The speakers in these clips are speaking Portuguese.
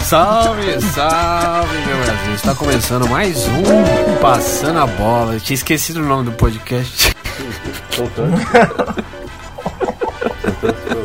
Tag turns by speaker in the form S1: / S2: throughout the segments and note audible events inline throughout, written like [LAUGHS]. S1: Salve, salve, meu Brasil. Está começando mais um Passando a Bola. Eu tinha esquecido o nome do podcast.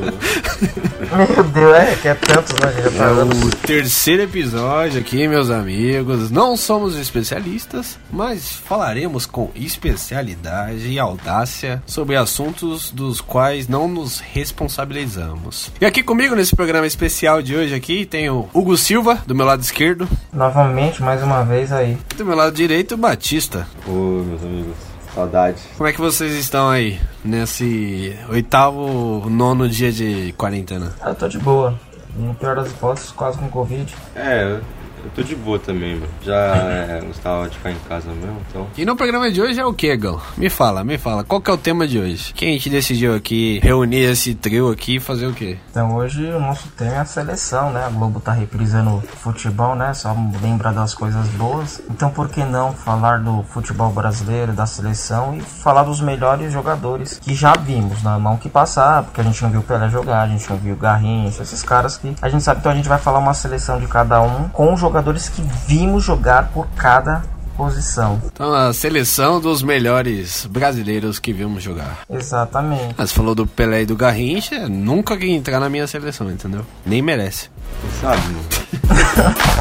S2: Meu Deus, é que é tanto, né? Já tá dando
S1: É o terceiro episódio aqui, meus amigos. Não somos especialistas, mas falaremos com especialidade e audácia sobre assuntos dos quais não nos responsabilizamos. E aqui comigo nesse programa especial de hoje aqui tem o Hugo Silva, do meu lado esquerdo,
S2: novamente, mais uma vez aí.
S1: e do meu lado direito, o Batista.
S3: Ô, meus amigos, saudade.
S1: Como é que vocês estão aí nesse oitavo, nono dia de quarentena?
S2: Eu tô de boa. No pior das hipóteses, quase com Covid.
S3: É, eu eu tô de boa também, mano. Já é, gostava de ficar em casa mesmo, então.
S1: E no programa de hoje é o que, Gão? Me fala, me fala, qual que é o tema de hoje? Quem a gente decidiu aqui reunir esse trio aqui e fazer o quê?
S2: Então hoje o nosso tema é a seleção, né? A Globo tá reprisando futebol, né? Só lembrar das coisas boas. Então por que não falar do futebol brasileiro, da seleção e falar dos melhores jogadores que já vimos, né? Não que passar, porque a gente não viu o Pelé jogar, a gente não viu o Garrincha, esses caras que a gente sabe. Então a gente vai falar uma seleção de cada um com os jogadores que vimos jogar por cada posição.
S1: Então, a seleção dos melhores brasileiros que vimos jogar.
S2: Exatamente.
S1: Ah, Você falou do Pelé e do Garrincha, nunca quem entrar na minha seleção, entendeu? Nem merece.
S3: Quem sabe, mano?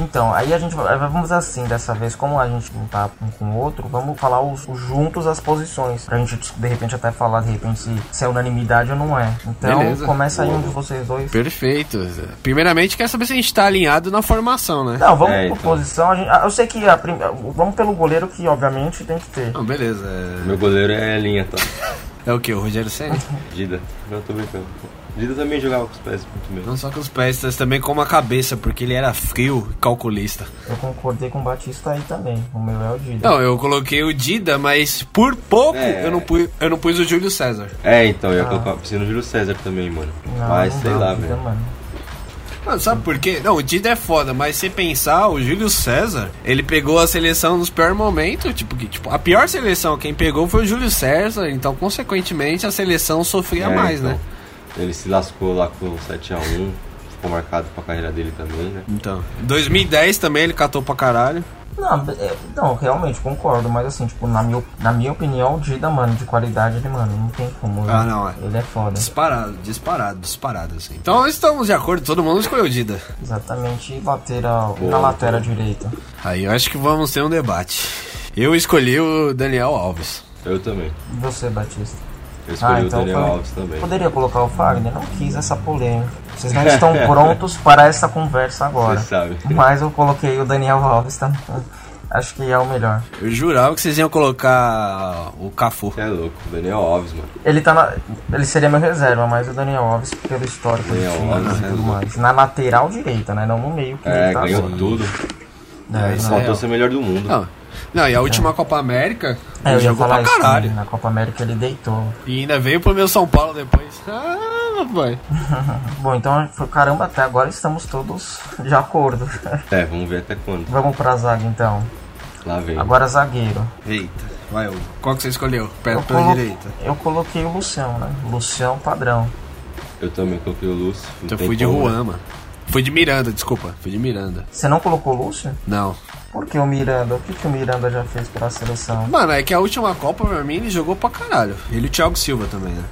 S2: Então, aí a gente vai- vamos assim, dessa vez, como a gente não tá um com o outro, vamos falar os, os juntos as posições. Pra gente de repente até falar de repente se, se é unanimidade ou não é. Então
S1: Beleza.
S2: começa aí um de vocês dois.
S1: Perfeito. Primeiramente, quer saber se a gente tá alinhado na formação, né?
S2: Não, vamos
S3: É,
S2: por
S3: então.
S2: posição. A gente, ah, eu sei que a prim... vamos pelo goleiro que obviamente tem que ter.
S1: Não, beleza. é-
S3: Meu goleiro é a linha, tá?
S1: É o que? O Rogério Senna?
S3: Dida. Não, tô brincando. Dida também jogava com os pés muito mesmo.
S1: Não só com os pés, mas também com a cabeça, porque ele era frio e calculista.
S2: Eu concordei com o Batista aí também. O meu é o Dida.
S1: Não, eu coloquei o Dida, mas por pouco
S3: É.
S1: eu, não pus, eu não pus o Júlio César.
S3: É, então, eu ia
S2: Ah.
S3: colocar o Piscino Júlio César também, mano. Mas sei
S2: dá,
S3: lá,
S2: Dida,
S3: velho.
S2: mano.
S1: Mano, sabe por quê? Não, o Dida é foda, mas se pensar, o Júlio César, ele pegou a seleção nos piores momentos, tipo, que, tipo, a pior seleção quem pegou foi o Júlio César, então, consequentemente, a seleção sofria
S3: É,
S1: mais,
S3: então.
S1: né?
S3: Ele se lascou lá com o 7x1. Ficou marcado pra carreira dele também, né?
S1: Então, 2010 também ele catou pra caralho.
S2: Não, é, não, realmente concordo, mas assim, tipo, na minha, na minha opinião, o Dida, mano, de qualidade, ele, mano, não tem como.
S1: Ah,
S2: né?
S1: não, é.
S2: Ele é foda.
S1: Disparado, disparado, disparado, assim. Então, estamos de acordo, todo mundo escolheu o Dida.
S2: Exatamente, lateral, na
S3: Boa.
S2: lateral direita.
S1: Aí, eu acho que vamos ter um debate. Eu escolhi o Daniel Alves.
S3: Eu também.
S2: E Você, Batista.
S3: Eu escolhi
S2: Ah, então
S3: o Daniel
S2: foi-
S3: Alves também.
S2: Poderia colocar o Fagner? Não quis essa polêmica. Vocês não
S3: [LAUGHS]
S2: estão prontos para essa conversa agora.
S3: Você sabe.
S2: Mas eu coloquei o Daniel Alves também. Acho que é o melhor.
S1: Eu jurava que vocês iam colocar o Cafu.
S3: Você é louco. Daniel Alves, mano.
S2: Ele tá na. Ele seria meu reserva, mas o Daniel Alves, pelo histórico do
S3: Daniel
S2: time
S3: Alves,
S2: e
S3: né?
S2: tudo mais. Na lateral direita, né? Não no meio que
S3: É,
S2: ele tá
S3: ganhou
S2: só.
S3: tudo.
S2: É,
S1: isso
S2: não.
S1: aí.
S3: Faltou ser melhor do mundo.
S1: Não, não e a última Copa América,
S2: É, eu
S1: ele
S2: ia
S1: jogou pra
S2: falar isso.
S1: caralho.
S2: também. né? Na Copa América ele deitou.
S1: E ainda veio pro meu São Paulo depois. Ah, rapaz.
S2: Bom, então, foi- caramba, até agora estamos todos de acordo.
S3: É, vamos ver até quando.
S2: Vamos pra zaga então.
S3: Lá vem.
S2: Agora zagueiro.
S1: Eita, vai, Hugo. Qual que você escolheu?
S2: Eu,
S1: Perto É pela
S2: colo-
S1: direita.
S2: eu coloquei o Lucião, né? Lucião padrão.
S3: Eu também coloquei o Lúcio. não
S1: Então eu
S3: tem
S1: fui de
S3: como, né?
S1: Juan, mano. Fui de Miranda, desculpa. Fui de Miranda.
S2: Você não colocou o Lúcio?
S1: Não.
S2: Por que o Miranda? O que, que o Miranda já fez pela seleção?
S1: Mano, é que a última Copa, pra mim, ele jogou pra caralho. Ele e o Thiago Silva também, né?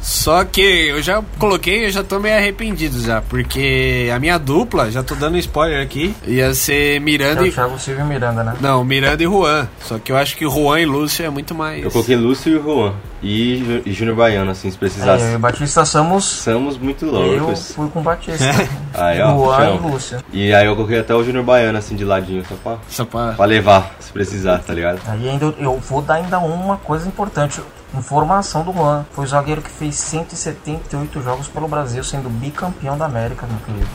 S1: Só que eu já coloquei, eu já tô meio arrependido já. Porque a minha dupla, já tô dando spoiler aqui, ia ser
S2: É
S1: Miranda
S2: o
S1: e.
S2: Thiago Silva e o Miranda, né?
S1: Não, Miranda e Juan. Só que eu acho que Juan e Lúcio é muito mais.
S3: Eu coloquei Lúcio e Juan. E, Ju- e Júnior Baiano, assim, se
S2: É,
S3: precisar.
S2: eu e o Batista somos.
S3: Somos muito
S2: Eu
S3: loucos.
S2: fui com
S1: [LAUGHS]
S2: o Batista.
S3: Aí, ó.
S2: Juan e
S3: chama.
S2: Lúcio.
S3: E aí eu coloquei até o Júnior Baiano, assim, de ladinho, só pra,
S1: Só pra...
S3: pra levar, se precisar, tá ligado?
S2: Aí ainda eu- eu vou dar ainda uma coisa importante. Informação do Juan. Foi o zagueiro que fez 178 jogos pelo Brasil, sendo bicampeão da América, meu querido.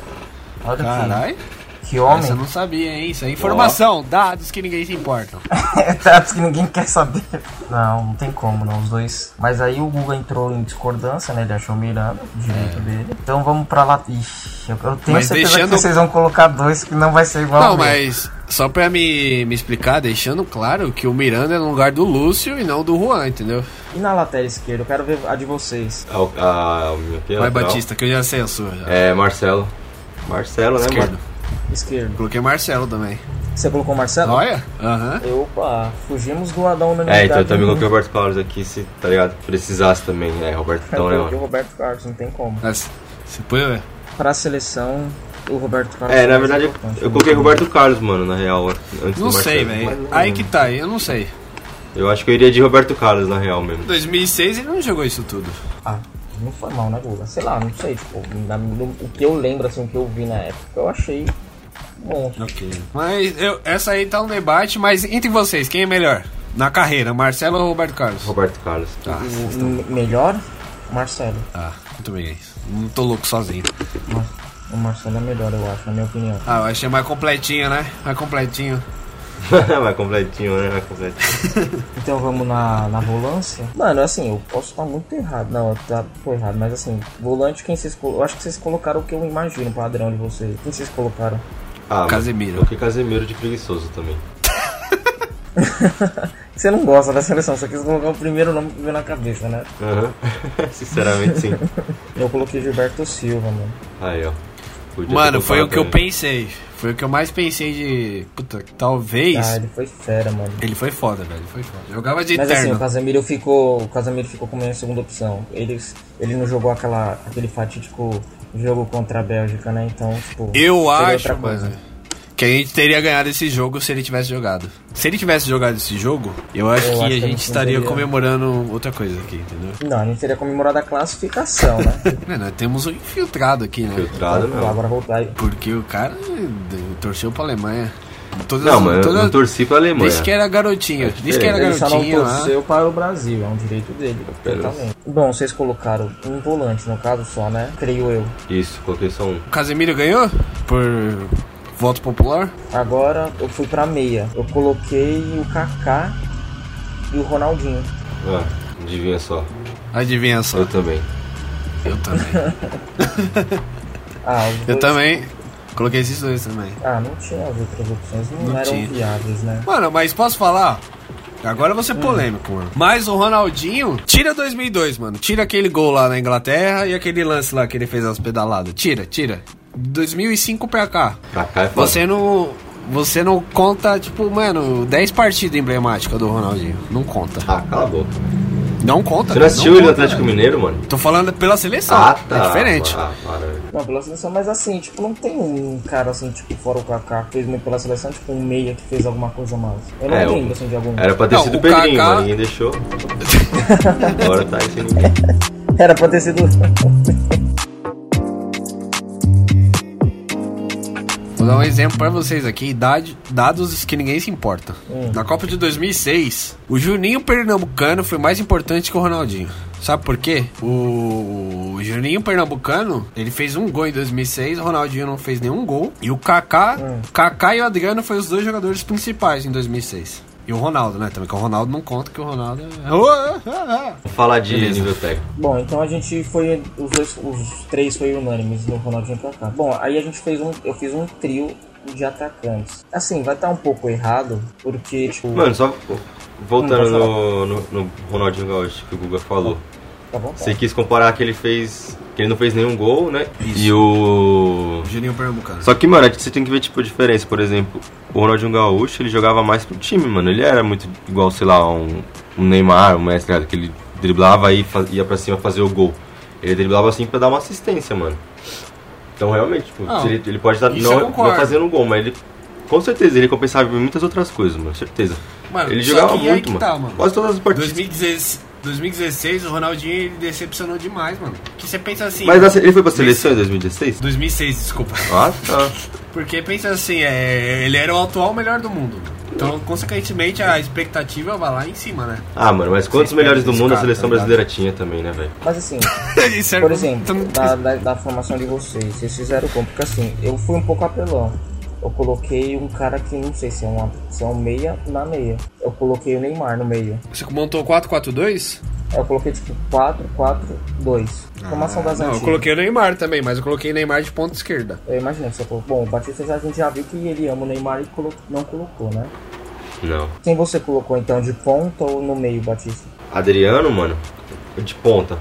S2: Olha
S1: Caralho,
S2: que, que homem.
S1: essa eu não sabia, hein? Isso é informação, dados que ninguém se importa.
S2: É [LAUGHS] Tratos que ninguém quer saber. Não, não tem como, não, os dois. Mas aí o Guga entrou em discordância, né? Ele achou o Miranda, o
S3: É.
S2: direito dele. Então vamos pra lá. Ixi, eu eu tenho
S1: Mas
S2: certeza
S1: deixando-
S2: que vocês vão colocar dois que não vai ser igual.
S1: Não,
S2: ao meu.
S1: mas Só pra me, me explicar, deixando claro que o Miranda é no lugar do Lúcio e não do Juan, entendeu?
S2: E na lateral esquerda, eu quero ver a de vocês.
S3: A, É a, a minha opinião,
S1: Vai,
S3: é lateral.
S1: Batista, que eu já sei a sua. Já.
S3: É, Marcelo. Marcelo, né,
S1: Esquerdo.
S3: mano?
S2: Esquerda.
S1: Coloquei Marcelo também.
S2: Você colocou o Marcelo?
S1: Olha? Aham.
S2: Eu, Opa, fugimos do Adão na
S3: É, então eu também coloquei o Roberto Carlos aqui, se, tá ligado? Precisasse também, é, Roberto então, né,
S2: Eu coloquei o
S3: mano?
S2: Roberto Carlos, não tem como.
S1: Nossa, Você põe. né? ué?
S2: Pra seleção, o Roberto Carlos.
S3: É,
S2: é
S3: na
S2: mais
S3: verdade, eu-
S2: importante.
S3: eu coloquei o Roberto Carlos, mano, na real, antes
S1: Não
S3: do Marcelo.
S1: sei, velho. Aí que tá, eu não sei.
S3: Eu acho que eu iria de Roberto Carlos, na real, mesmo.
S1: 2006 ele não jogou isso tudo.
S2: Ah, não foi mal, né, Guga? Sei lá, não sei, tipo, na- no- o que eu lembro, assim, o que eu vi na época, eu achei bom.
S1: Ok. Mas eu- essa aí tá um debate, mas entre vocês, quem é melhor? Na carreira, Marcelo ou Roberto Carlos?
S3: Roberto Carlos.
S1: Tá,
S2: M- melhor, Marcelo.
S1: tá. Muito bem. Não tô louco sozinho.
S2: Mas O Marcelo é melhor, eu acho, na minha opinião.
S1: Ah, eu achei mais completinho, né? Mais completinho.
S3: [LAUGHS] Vai completinho, né? Vai completinho.
S2: Então vamos na, na volância. Mano, assim, eu posso estar muito errado. Não, eu tá, tô errado, mas assim, volante, quem vocês colocaram? Eu acho que vocês colocaram o que eu imagino, o padrão de vocês. Quem vocês colocaram?
S3: Ah, mas
S1: Casemiro.
S3: Eu coloquei Casemiro de preguiçoso também.
S2: Você não gosta da [LAUGHS] seleção, você quis colocar o primeiro nome que veio na cabeça, né?
S3: Aham. [LAUGHS] Sinceramente, sim.
S2: Eu coloquei Gilberto Silva, mano.
S3: Aí, ó. Podia ter
S1: Mano, foi o
S3: colocado
S1: que eu
S3: também.
S1: pensei. Foi o que eu mais pensei de. Puta, que talvez.
S2: Ah, ele foi fera, mano.
S1: Ele foi foda, velho. Foi foda. Jogava de
S2: Mas assim, o
S1: terno.
S2: Casemiro ficou. O Casemiro ficou como minha segunda opção. Ele, ele não jogou aquela, aquele fatídico jogo contra a Bélgica, né? Então, tipo.
S1: eu
S2: seria
S1: acho, mano, que a gente teria ganhado esse jogo se ele tivesse jogado. Se ele tivesse jogado esse jogo, eu acho
S2: Eu
S1: que
S2: acho
S1: a
S2: que a
S1: gente
S2: gente
S1: estaria
S2: teria.
S1: comemorando outra coisa aqui, entendeu?
S2: Não, a gente teria comemorado a classificação, né?
S1: [LAUGHS] É, nós temos um infiltrado aqui, né?
S3: Filtrado, não.
S2: Agora voltar aí.
S1: Porque o cara eh, torceu pra Alemanha. Todas,
S3: Não, mas eu
S1: todas-
S3: não torci pra Alemanha.
S1: Desde que era garotinha.
S3: É
S1: Desde que era né?
S2: Ele só não
S1: garotinha lá.
S2: torceu para o Brasil, é um direito dele, totalmente. Bom, vocês colocaram um volante, no caso só, né? Creio eu.
S3: Isso, coloquei só um.
S1: O Casemiro ganhou? Por voto popular?
S2: Agora eu fui pra meia. Eu coloquei o Kaká e o Ronaldinho.
S3: Ah, adivinha só.
S1: Adivinha só.
S3: Eu também.
S1: Eu também.
S2: Ah, os
S1: Eu
S2: dois-
S1: também. Coloquei esses dois também.
S2: Ah, não tinha as outras opções, não,
S1: Não
S2: eram
S1: tinha.
S2: viáveis, né?
S1: Mano, mas posso falar? Agora eu vou ser
S3: Hum.
S1: polêmico, mano. Mas o Ronaldinho, tira 2002, mano. Tira aquele gol lá na Inglaterra e aquele lance lá que ele fez as pedaladas. Tira, tira. 2005 pra cá.
S3: Pra cá é foda.
S1: Você não. Você não conta, tipo, mano, 10 partidas emblemáticas do Ronaldinho. Não conta.
S3: Ah, cala a boca.
S1: Não conta.
S3: Você não assistiu ele Ah,
S1: conta,
S3: no Atlético
S1: velho.
S3: Mineiro, mano?
S1: Tô falando pela seleção. É diferente.
S3: Ah, para.
S2: Não, pela seleção, mas assim, tipo, não tem um cara assim, tipo, fora o Kaká, que fez muito pela seleção, tipo, um meia que fez alguma coisa a mais. Eu não
S3: É,
S2: lembro,
S3: o-
S2: assim, de algum.
S3: Era pra ter
S1: Não,
S3: sido
S1: o
S3: o Pedrinho,
S1: Kaká-
S3: mas
S1: [LAUGHS]
S3: ninguém deixou. Agora tá aí sem ninguém.
S2: Era pra ter sido. [LAUGHS]
S1: Vou dar um exemplo pra vocês aqui, idade- dados que ninguém se importa.
S3: Hum.
S1: Na Copa de 2006, o Juninho Pernambucano foi mais importante que o Ronaldinho. Sabe por quê? O o Juninho Pernambucano, ele fez um gol em 2006, o Ronaldinho não fez nenhum gol. E o Kaká,
S3: Hum.
S1: Kaká e o Adriano foram os dois jogadores principais em 2006. E o Ronaldo, né? Também que o Ronaldo não conta que o Ronaldo é...
S3: Vou falar de
S1: Beleza.
S3: nível técnico.
S2: Bom, então a gente foi. Os dois, os três foi unânimes no Ronaldinho e Kaká. Bom, aí a gente fez um. Eu fiz um trio de atacantes. Assim, vai estar um pouco errado, porque, tipo.
S3: Mano, só voltando
S2: Hum, pode falar.
S3: no, no, no Ronaldinho Gaúcho que o Guga falou.
S2: tá bom?
S3: Você quis comparar que ele fez. que ele não fez nenhum gol, né?
S1: Isso.
S3: E o.
S1: O Juninho Pernambucano.
S3: Só que, mano, você tem que ver, tipo, a diferença. Por exemplo, o Ronaldinho Gaúcho, ele jogava mais pro time, mano. Ele era muito igual, sei lá, um, um Neymar, um Messi, cara, que ele driblava e fa- ia pra cima fazer o gol. Ele driblava assim pra dar uma assistência, mano. Então, realmente, tipo,
S1: Ah,
S3: se ele, ele pode estar
S1: isso eu
S3: não,
S1: concordo.
S3: não fazendo um gol, mas ele... Com certeza, ele compensava em muitas outras coisas, mano. Certeza.
S1: Mano,
S3: ele
S1: só
S3: jogava
S1: que aí
S3: muito,
S1: que
S3: mano.
S1: tá, mano.
S3: Quase todas as partidas.
S1: 2016, 2016, o Ronaldinho ele decepcionou demais, mano. Que você pensa assim.
S3: Mas a se- ele foi pra seleção em 2016?
S1: 2006, desculpa.
S3: Ah, tá.
S1: Porque pensa assim, é, ele era o atual melhor do mundo. Então, consequentemente, a expectativa vai lá em cima, [LAUGHS] né?
S3: Ah, mano, mas quantos
S1: Vocês
S3: melhores do
S1: perdem
S3: mundo a
S1: esse cara,
S3: seleção
S1: tá ligado?
S3: brasileira tinha também, né, velho?
S2: Mas assim.
S1: Isso era-
S2: Por exemplo, tá.
S1: Então,
S2: da, da, da formação de vocês, vocês fizeram como? Porque assim, eu fui um pouco apelão. Eu coloquei um cara que não sei se é, uma, se é um meia na meia. Eu coloquei o Neymar no meio.
S1: Você montou 4-4-2?
S2: Eu coloquei tipo 4, 4, 2. Formação das
S1: Ah, Não, eu
S2: antigas.
S1: coloquei o Neymar também, mas eu coloquei Neymar de ponta esquerda.
S2: Eu imagino que você colocou. Bom, o Batista já, a gente já viu que ele ama o Neymar e colo- não colocou, né?
S3: Não.
S2: Quem você colocou então, de ponta ou no meio, Batista?
S3: Adriano, mano, de ponta.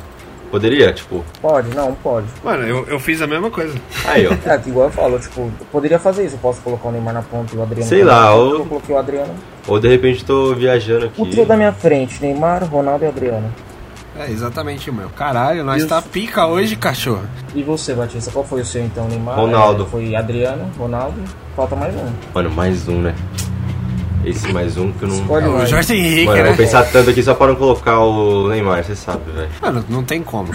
S3: Poderia, tipo.
S2: Pode? Não, pode.
S1: Mano, eu, eu fiz a mesma coisa.
S3: Aí, ó.
S2: É, que igual eu falo, tipo, eu poderia fazer isso. Eu posso colocar o Neymar na ponta e o Adriano.
S3: Sei
S2: na
S3: lá,
S2: ponta,
S3: ou-
S2: Eu coloquei o Adriano.
S3: Ou de repente tô viajando aqui.
S2: O trio da minha frente, Neymar, Ronaldo e Adriano.
S1: É exatamente, meu. Caralho, nós
S2: Isso.
S1: tá pica hoje, cachorro.
S2: E você, Batista, qual foi o seu então, Neymar?
S3: Ronaldo.
S2: É, Foi Adriano, Ronaldo. Falta mais um.
S3: Mano, mais um, né? Esse mais um que eu não.
S2: Escolhe
S1: O
S2: mais.
S1: Jorge Henrique,
S3: Mano, eu vou
S1: né?
S3: pensar tanto aqui só pra não colocar o Neymar, você sabe, velho.
S1: Mano, não tem como.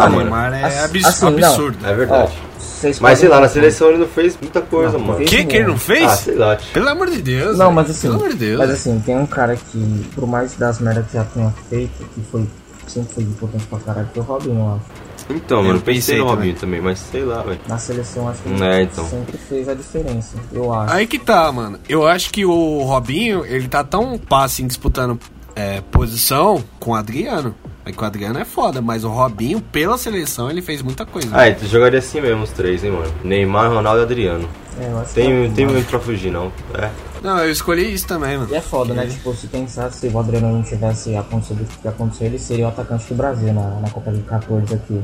S1: o
S3: mano,
S1: Neymar é
S2: assim-
S1: abs-
S2: assim, não.
S1: absurdo.
S3: É verdade.
S2: Ó, vocês
S3: Mas sei lá,
S2: podem-
S3: na seleção ele não fez muita coisa,
S2: Não,
S3: mano.
S1: O
S2: fez.
S1: que que ele não fez?
S3: Ah, sei lá. tipo,
S1: Pelo amor de Deus.
S2: Não,
S1: velho.
S2: mas assim,
S1: Pelo amor de Deus.
S2: mas assim, tem um cara que, por mais das merdas que já tenha feito, que foi sempre foi importante pra caralho, que foi o Robinho, eu acho.
S3: Então, mano,
S1: Eu
S3: pensei no
S1: pensei
S3: Robinho também, mas sei lá, velho.
S2: Na seleção acho que
S3: É, então.
S2: sempre fez a diferença, eu acho.
S1: Aí que tá, mano. Eu acho que o Robinho, ele tá tão passe em disputando é, posição com o Adriano. É que o Adriano é foda, mas o Robinho, pela seleção, ele fez muita coisa.
S3: Ah, então jogaria assim mesmo os três, hein, mano. Neymar, Ronaldo e Adriano.
S1: Ah,
S2: É, eu acho
S3: Tem, um,
S2: que-
S3: tem muito pra fugir, não. É.
S1: Não, eu escolhi isso também, mano.
S2: E é foda, né? Tipo, se pensar, se o Adriano não tivesse acontecido o que aconteceu, ele seria o atacante do Brasil na, na Copa de 14 aqui.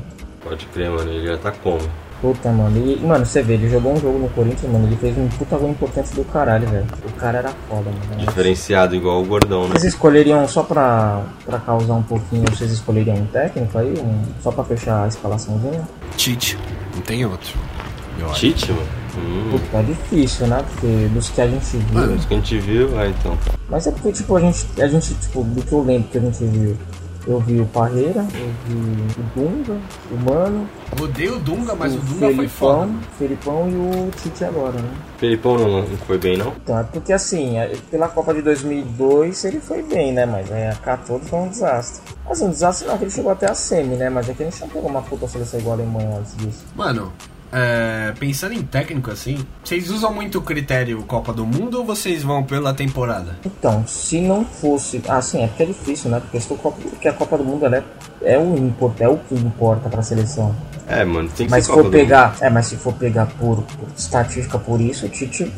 S3: Pode crer, mano. Ele já tá como?
S2: Puta, mano. E, mano, você vê, ele jogou um jogo no Corinthians, mano. Ele fez um puta gol importante do caralho, velho. O cara era foda, mano.
S3: Diferenciado igual o gordão, né?
S2: Vocês escolheriam, só pra, pra causar um pouquinho, vocês escolheriam um técnico aí? Um, só pra fechar a escalaçãozinha?
S1: Tite. Não tem outro. Eu acho.
S3: Tite, mano. Hum.
S2: Tá difícil, né? Porque dos que a gente viu.
S1: Mano.
S3: Isso que a gente viu, ah, então.
S2: Mas é porque, tipo, a gente, a gente, tipo, do que eu lembro que a gente viu. Eu vi o Parreira, eu vi o Dunga, o Mano,
S1: Odeio o Dunga, mas o
S2: o
S1: Dunga foi foda.
S2: Felipão, Felipão e o Tite agora, né?
S3: Felipão não, não foi bem, não?
S2: Então, é porque assim, é- pela Copa de 2002 ele foi bem, né? Mas é, a 14 foi um desastre. Mas um desastre não, que ele chegou até a semi, né? Mas é que a gente não pegou uma puta seleção igual a Alemanha antes disso.
S1: Mano, é, pensando em técnico assim, vocês usam muito o critério Copa do Mundo ou vocês vão pela temporada?
S2: Então, se não fosse. Ah, sim, é porque é difícil, né? Porque, se for Copa- porque a Copa do Mundo ela é, é, o import, é o que importa pra seleção.
S3: É, mano, tem que
S2: Mas
S3: ser
S2: se
S3: Copa
S2: for
S3: do
S2: pegar. É, mas se for pegar por, por estatística por isso, o Tite,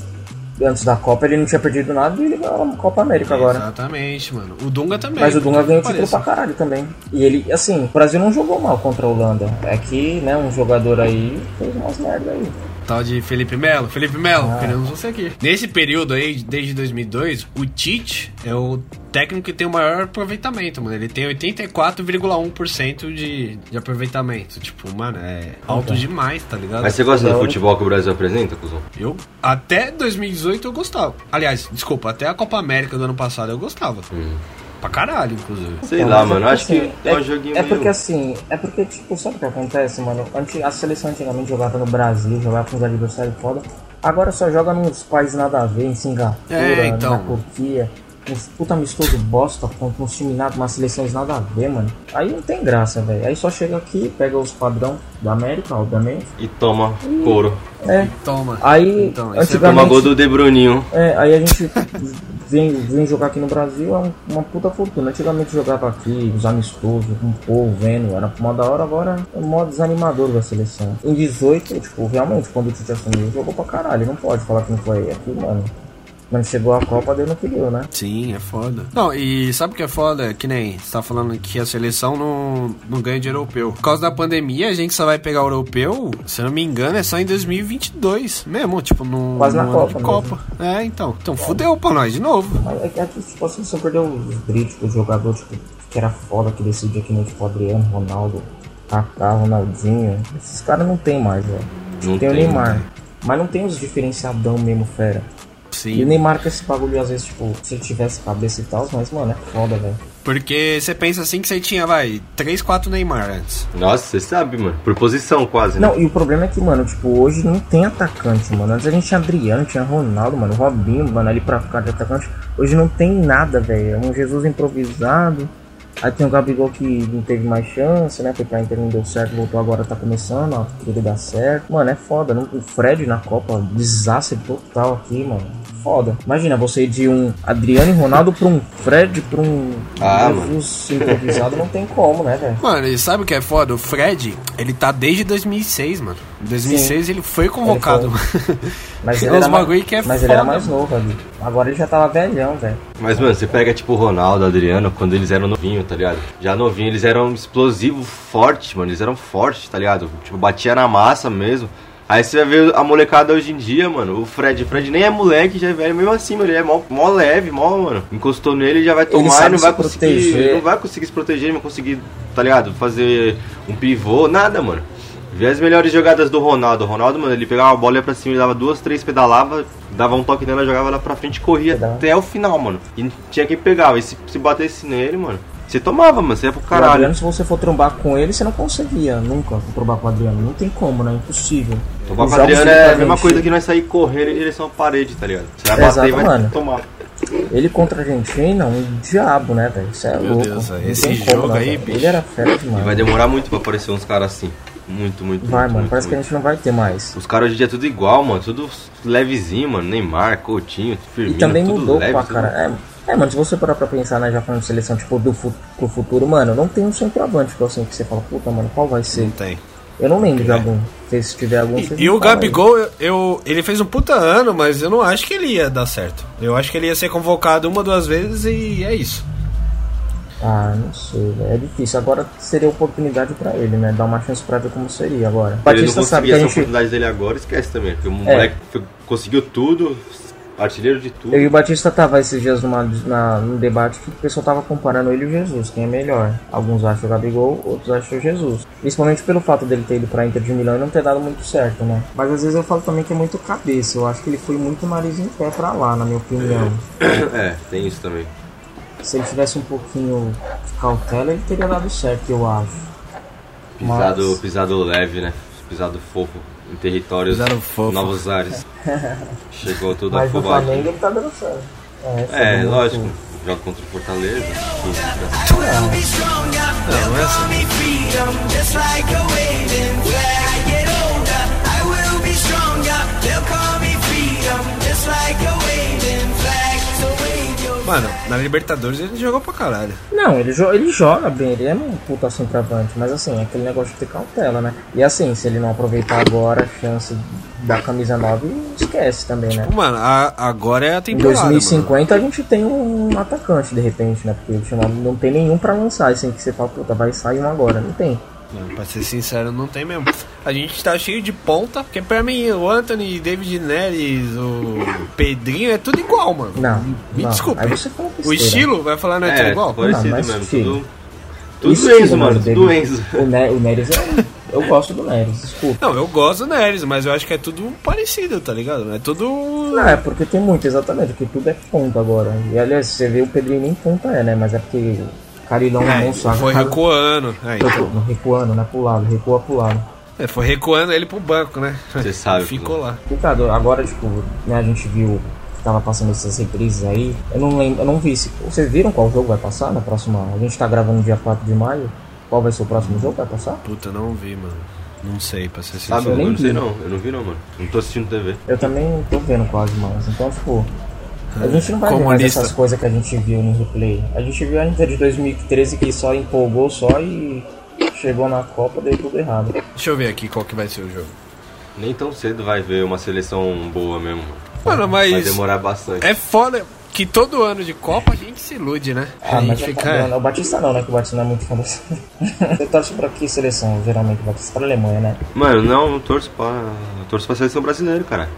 S2: antes da Copa, ele não tinha perdido nada e ele ganhou a Copa América agora.
S1: Exatamente, mano. O Dunga também.
S2: Mas o Dunga ganhou
S1: Parece.
S2: título pra caralho também. E ele, assim, o Brasil não jogou mal contra a Holanda. É que, né, um jogador aí fez umas merda aí.
S1: Tal de Felipe Melo. Felipe Melo,
S2: Ah.
S1: queremos você aqui. Nesse período aí, desde 2002, o Tite é o técnico que tem o maior aproveitamento, mano. Ele tem 84,1% de, de aproveitamento. Tipo, mano, é alto demais, tá ligado?
S3: Então. Mas você gosta do
S2: Não.
S3: futebol que o Brasil apresenta, cuzão?
S1: Eu, até 2018 eu gostava. Aliás, desculpa, até a Copa América do ano passado eu gostava.
S3: Hum.
S1: Pra caralho, inclusive.
S3: Sei
S2: Então,
S3: lá,
S2: mas é
S3: mano.
S2: porque,
S3: Acho
S2: assim,
S3: que é, um joguinho
S2: É
S3: meio...
S2: porque assim, é porque, tipo, sabe o que acontece, mano? Anti- a seleção antigamente jogava no Brasil, jogava com os adversários foda. Agora só joga nos países nada a ver, em Singapura,
S1: É, então.
S2: na Turquia. Uns puta mistouro bosta contra uns time nada, umas seleções nada a ver, mano. Aí não tem graça, velho. Aí só chega aqui, pega os padrão da América, obviamente.
S3: E toma couro.
S2: É.
S1: Toma.
S2: Aí,
S1: Então, esse é
S2: antigamente.
S3: Toma gol do De Bruninho.
S2: É, aí a gente vem, vem jogar aqui no Brasil, é um- uma puta fortuna. Antigamente jogava aqui, os amistosos, com o povo vendo, era mó da hora, agora é mó desanimador da seleção. Em 18, tipo, realmente, quando o Tite assumiu, jogou pra caralho, não pode falar que não foi aqui, mano. Mas chegou a Copa, deu no que deu, né?
S1: Sim, é foda. Não, e sabe o que é foda? Que nem você tá falando que a seleção não, não ganha de europeu. Por causa da pandemia, a gente só vai pegar o europeu, se eu não me engano, é só em 2022 mesmo. Tipo, no,
S2: Quase na
S1: no
S2: Copa
S1: de
S2: mesmo.
S1: Copa. É, então. Então fudeu pra nós de novo.
S2: Mas é que, é que, tipo, a seleção perdeu os brilhos, tipo, o jogador, tipo, que era foda, que decidia que nem, tipo, Adriano, Ronaldo, Kaká, Ronaldinho. Esses caras não tem mais, velho.
S3: Não
S2: Tem o
S3: tem, né?
S2: Neymar. Mas não tem os diferenciadão mesmo, fera. E o
S1: Sim.
S2: Neymar com esse bagulho, às vezes, tipo, se ele tivesse cabeça e tal, mas, mano, é foda, velho.
S1: Porque você pensa assim que você tinha, vai, 3, 4 Neymar antes.
S3: Nossa, você sabe, mano. Por posição, quase, né?
S2: Não, e o problema é que, mano, tipo, hoje não tem atacante, mano. Antes a gente tinha Adriano, tinha Ronaldo, mano, Robinho, mano, ali pra ficar de atacante. Hoje não tem nada, velho. É um Jesus improvisado. Aí tem o Gabigol que não teve mais chance, né? Foi pra Inter, não deu certo, voltou agora, tá começando, ó, queria dar certo. Mano, é foda. Não... O Fred na Copa, desastre total aqui, mano. foda. Imagina você ir de um Adriano e Ronaldo pra um Fred, pra um
S3: Ah,
S2: Jesus improvisado, não tem como, né, velho?
S1: Mano, e sabe o que é foda? O Fred, ele tá desde 2006, mano. Em 2006 ele foi convocado.
S2: Ele
S1: [LAUGHS]
S2: Mas
S1: É
S2: ele,
S1: uns
S2: era mais,
S1: bagulho que é
S2: mas ele era
S1: foda.
S2: mais novo ali. Agora ele já tava velhão, velho.
S3: Mas, mano, você pega tipo o Ronaldo, o Adriano, quando eles eram novinhos, tá ligado? Já novinho, eles eram explosivos, forte, mano. Eles eram fortes, tá ligado? Tipo, batia na massa mesmo. Aí você vai ver a molecada hoje em dia, mano. O Fred, o Fred nem é moleque, já é velho, mesmo assim, mano. Ele é mó, mó leve, mó, mano. Encostou nele, já vai tomar
S2: sabe
S3: e não
S2: se
S3: vai conseguir.
S2: proteger.
S3: Não vai conseguir se proteger, não vai conseguir, tá ligado? Fazer um pivô, nada, mano. Vê as melhores jogadas do Ronaldo. O Ronaldo, mano, ele pegava a bola ia pra cima, ele dava duas, três, pedalava, dava um toque nela, jogava lá pra frente e corria
S2: Pedalava.
S3: até o final, mano. E tinha que pegar. E se, se batesse nele, mano, você tomava, mano. Você ia pro
S2: O
S3: caralho.
S2: Adriano, se você for trombar com ele, você não conseguia nunca trombar com o Adriano. Não tem como, né? Impossível.
S3: Tomar
S2: Os
S3: pra
S2: jogos
S3: Adriano
S2: dele
S3: é a
S2: também,
S3: mesma coisa
S2: Chico.
S3: que nós sair correndo em direção à parede, tá ligado? Você vai bater
S2: Exato,
S3: e vai
S2: mano.
S3: tomar.
S2: Ele contra a Argentina, um diabo, né, velho? Isso é
S1: Meu
S2: louco.
S1: Deus,
S2: Não
S1: esse
S2: tem né,
S1: jogo aí,
S2: velho?
S1: bicho.
S2: Ele era fera
S3: E
S2: demais.
S3: vai
S2: Vai,
S3: demorar muito pra aparecer uns caras assim. Muito, muito, muito,
S2: mano.
S3: muito,
S2: Parece que a
S3: muito.
S2: gente não vai ter mais.
S3: Os caras hoje em dia é tudo igual, mano. Tudo levezinho, mano. Neymar, Coutinho,
S2: E
S3: Firmino,
S2: também
S3: tudo
S2: mudou
S3: leve,
S2: pra
S3: tudo-
S2: cara. É, é, mano, se você parar pra pensar, né, já falando de seleção, tipo, do fu pro futuro, mano, não tem um centroavante que eu sei que você fala, puta, mano, qual vai ser?
S1: Tem.
S2: Eu não lembro de algum. Se tiver algum, vocês
S1: É. E, e
S2: me
S1: o
S2: falam aí.
S1: Gabigol, eu, eu- ele fez um puta ano, mas eu não acho que ele ia dar certo. Eu acho que ele ia ser convocado uma, duas vezes e é isso.
S2: Ah, não sei, velho. É difícil. Agora seria oportunidade pra ele, né? Dar uma chance pra ver como seria agora. O
S3: ele não
S2: Batista sabe que a
S3: conseguir essa
S2: gente.
S3: oportunidade dele agora, esquece também. Porque o
S2: É.
S3: moleque foi- conseguiu tudo, artilheiro de tudo.
S2: Eu e o Batista tava esses dias numa, na, num debate que o pessoal tava comparando ele e o Jesus, quem é melhor. Alguns acham o Gabigol, outros acham o Jesus. Principalmente pelo fato dele ter ido pra Inter de Milão e não ter dado muito certo, né? Mas às vezes eu falo também que é muito cabeça. Eu acho que ele foi muito nariz em pé pra lá, na minha opinião.
S3: [COUGHS] É, tem isso também.
S2: Se ele tivesse um pouquinho de cautela, ele teria dado certo, eu acho.
S3: Pisado,
S2: Mas-
S3: pisado leve, né? Pisado fofo em territórios
S1: Pisado fofo.
S3: novos
S2: [LAUGHS]
S3: ares. Chegou tudo
S2: Mas no
S3: afobado.
S2: Flamengo ele tá dando certo.
S3: É,
S2: muito-
S3: lógico. Joga contra o Fortaleza. enfim,
S1: Mano, na Libertadores ele jogou pra caralho.
S2: Não, ele, jo- ele joga bem, ele é um puta centroavante, mas assim, é aquele negócio de ter cautela, né? E assim, se ele não aproveitar agora a chance da camisa 9, esquece também, né?
S1: Mano, a- agora é a
S2: Em
S1: temporada. mano.
S2: 2050 a gente tem um atacante de repente, né? Porque o Timão não tem nenhum pra lançar, assim, que você fala, puta, vai sair um agora, não tem.
S1: Mano, pra ser sincero, não tem mesmo. A gente tá cheio de ponta, porque pra mim o Anthony, David Neres, o Pedrinho é tudo igual, mano.
S2: Não.
S1: Me
S2: não.
S1: desculpa.
S2: Aí você fala
S1: O
S2: besteira.
S1: estilo, vai falar, não é, tudo
S3: É,
S1: igual?
S3: parecido
S2: Não, Ah, mas,
S3: mesmo.
S2: filho,
S3: Tudo,
S2: O
S3: tudo
S2: estilo,
S3: Enzo, mano.
S2: dele-
S3: Tudo Enzo.
S2: O, ne o Neres é. Eu gosto do Neres, desculpa.
S1: Não, eu gosto do Neres, mas eu acho que é tudo parecido, tá ligado? É tudo.
S2: Não, é porque tem muito, exatamente, porque tudo é ponta agora. E aliás, você vê o Pedrinho nem ponta é, né? Mas é porque o Carilão
S1: É,
S2: não um sabe.
S1: foi recuando. É, então.
S2: recuando. Recuando, né? Pro lado, recua pro lado.
S1: É, foi recuando ele pro banco, né?
S3: Você sabe, é.
S1: Ficou
S3: pô.
S1: lá.
S2: Complicado, agora, tipo, né, a gente viu que tava passando essas reprises aí. Eu não lembro, eu não vi se. Vocês viram qual jogo vai passar na próxima. A gente tá gravando dia 4 de maio. Qual vai ser o próximo jogo que vai passar?
S1: Puta, não vi, mano. Não sei, pra ser
S3: Sabe,
S1: sincero.
S3: eu
S2: nem
S3: não sei
S2: vi.
S3: não. Eu não vi não, mano. Não tô assistindo TV.
S2: Eu também não tô vendo quase mais, então, tipo. A gente não vai ver mais
S1: Comunista.
S2: essas coisas que a gente viu no replay. A gente viu a Inter de 2013 que só empolgou só e chegou na Copa, deu tudo errado.
S1: Deixa eu ver aqui qual que vai ser o jogo.
S3: Nem tão cedo vai ver uma seleção boa mesmo. mano.
S1: Mano,
S3: Vai
S1: mas.
S3: demorar bastante.
S1: É foda que todo ano de Copa a gente se ilude, né?
S2: Ah,
S1: a
S2: mas
S1: gente
S2: já
S3: é
S2: tá
S1: fica.
S2: dando. O Batista não, né? Que o Batista não é muito fã [LAUGHS] dessa. Você torce pra que seleção, geralmente, o Batista? Pra Alemanha, né?
S3: Mano, não, eu torço pra. Eu torço pra seleção brasileira, cara.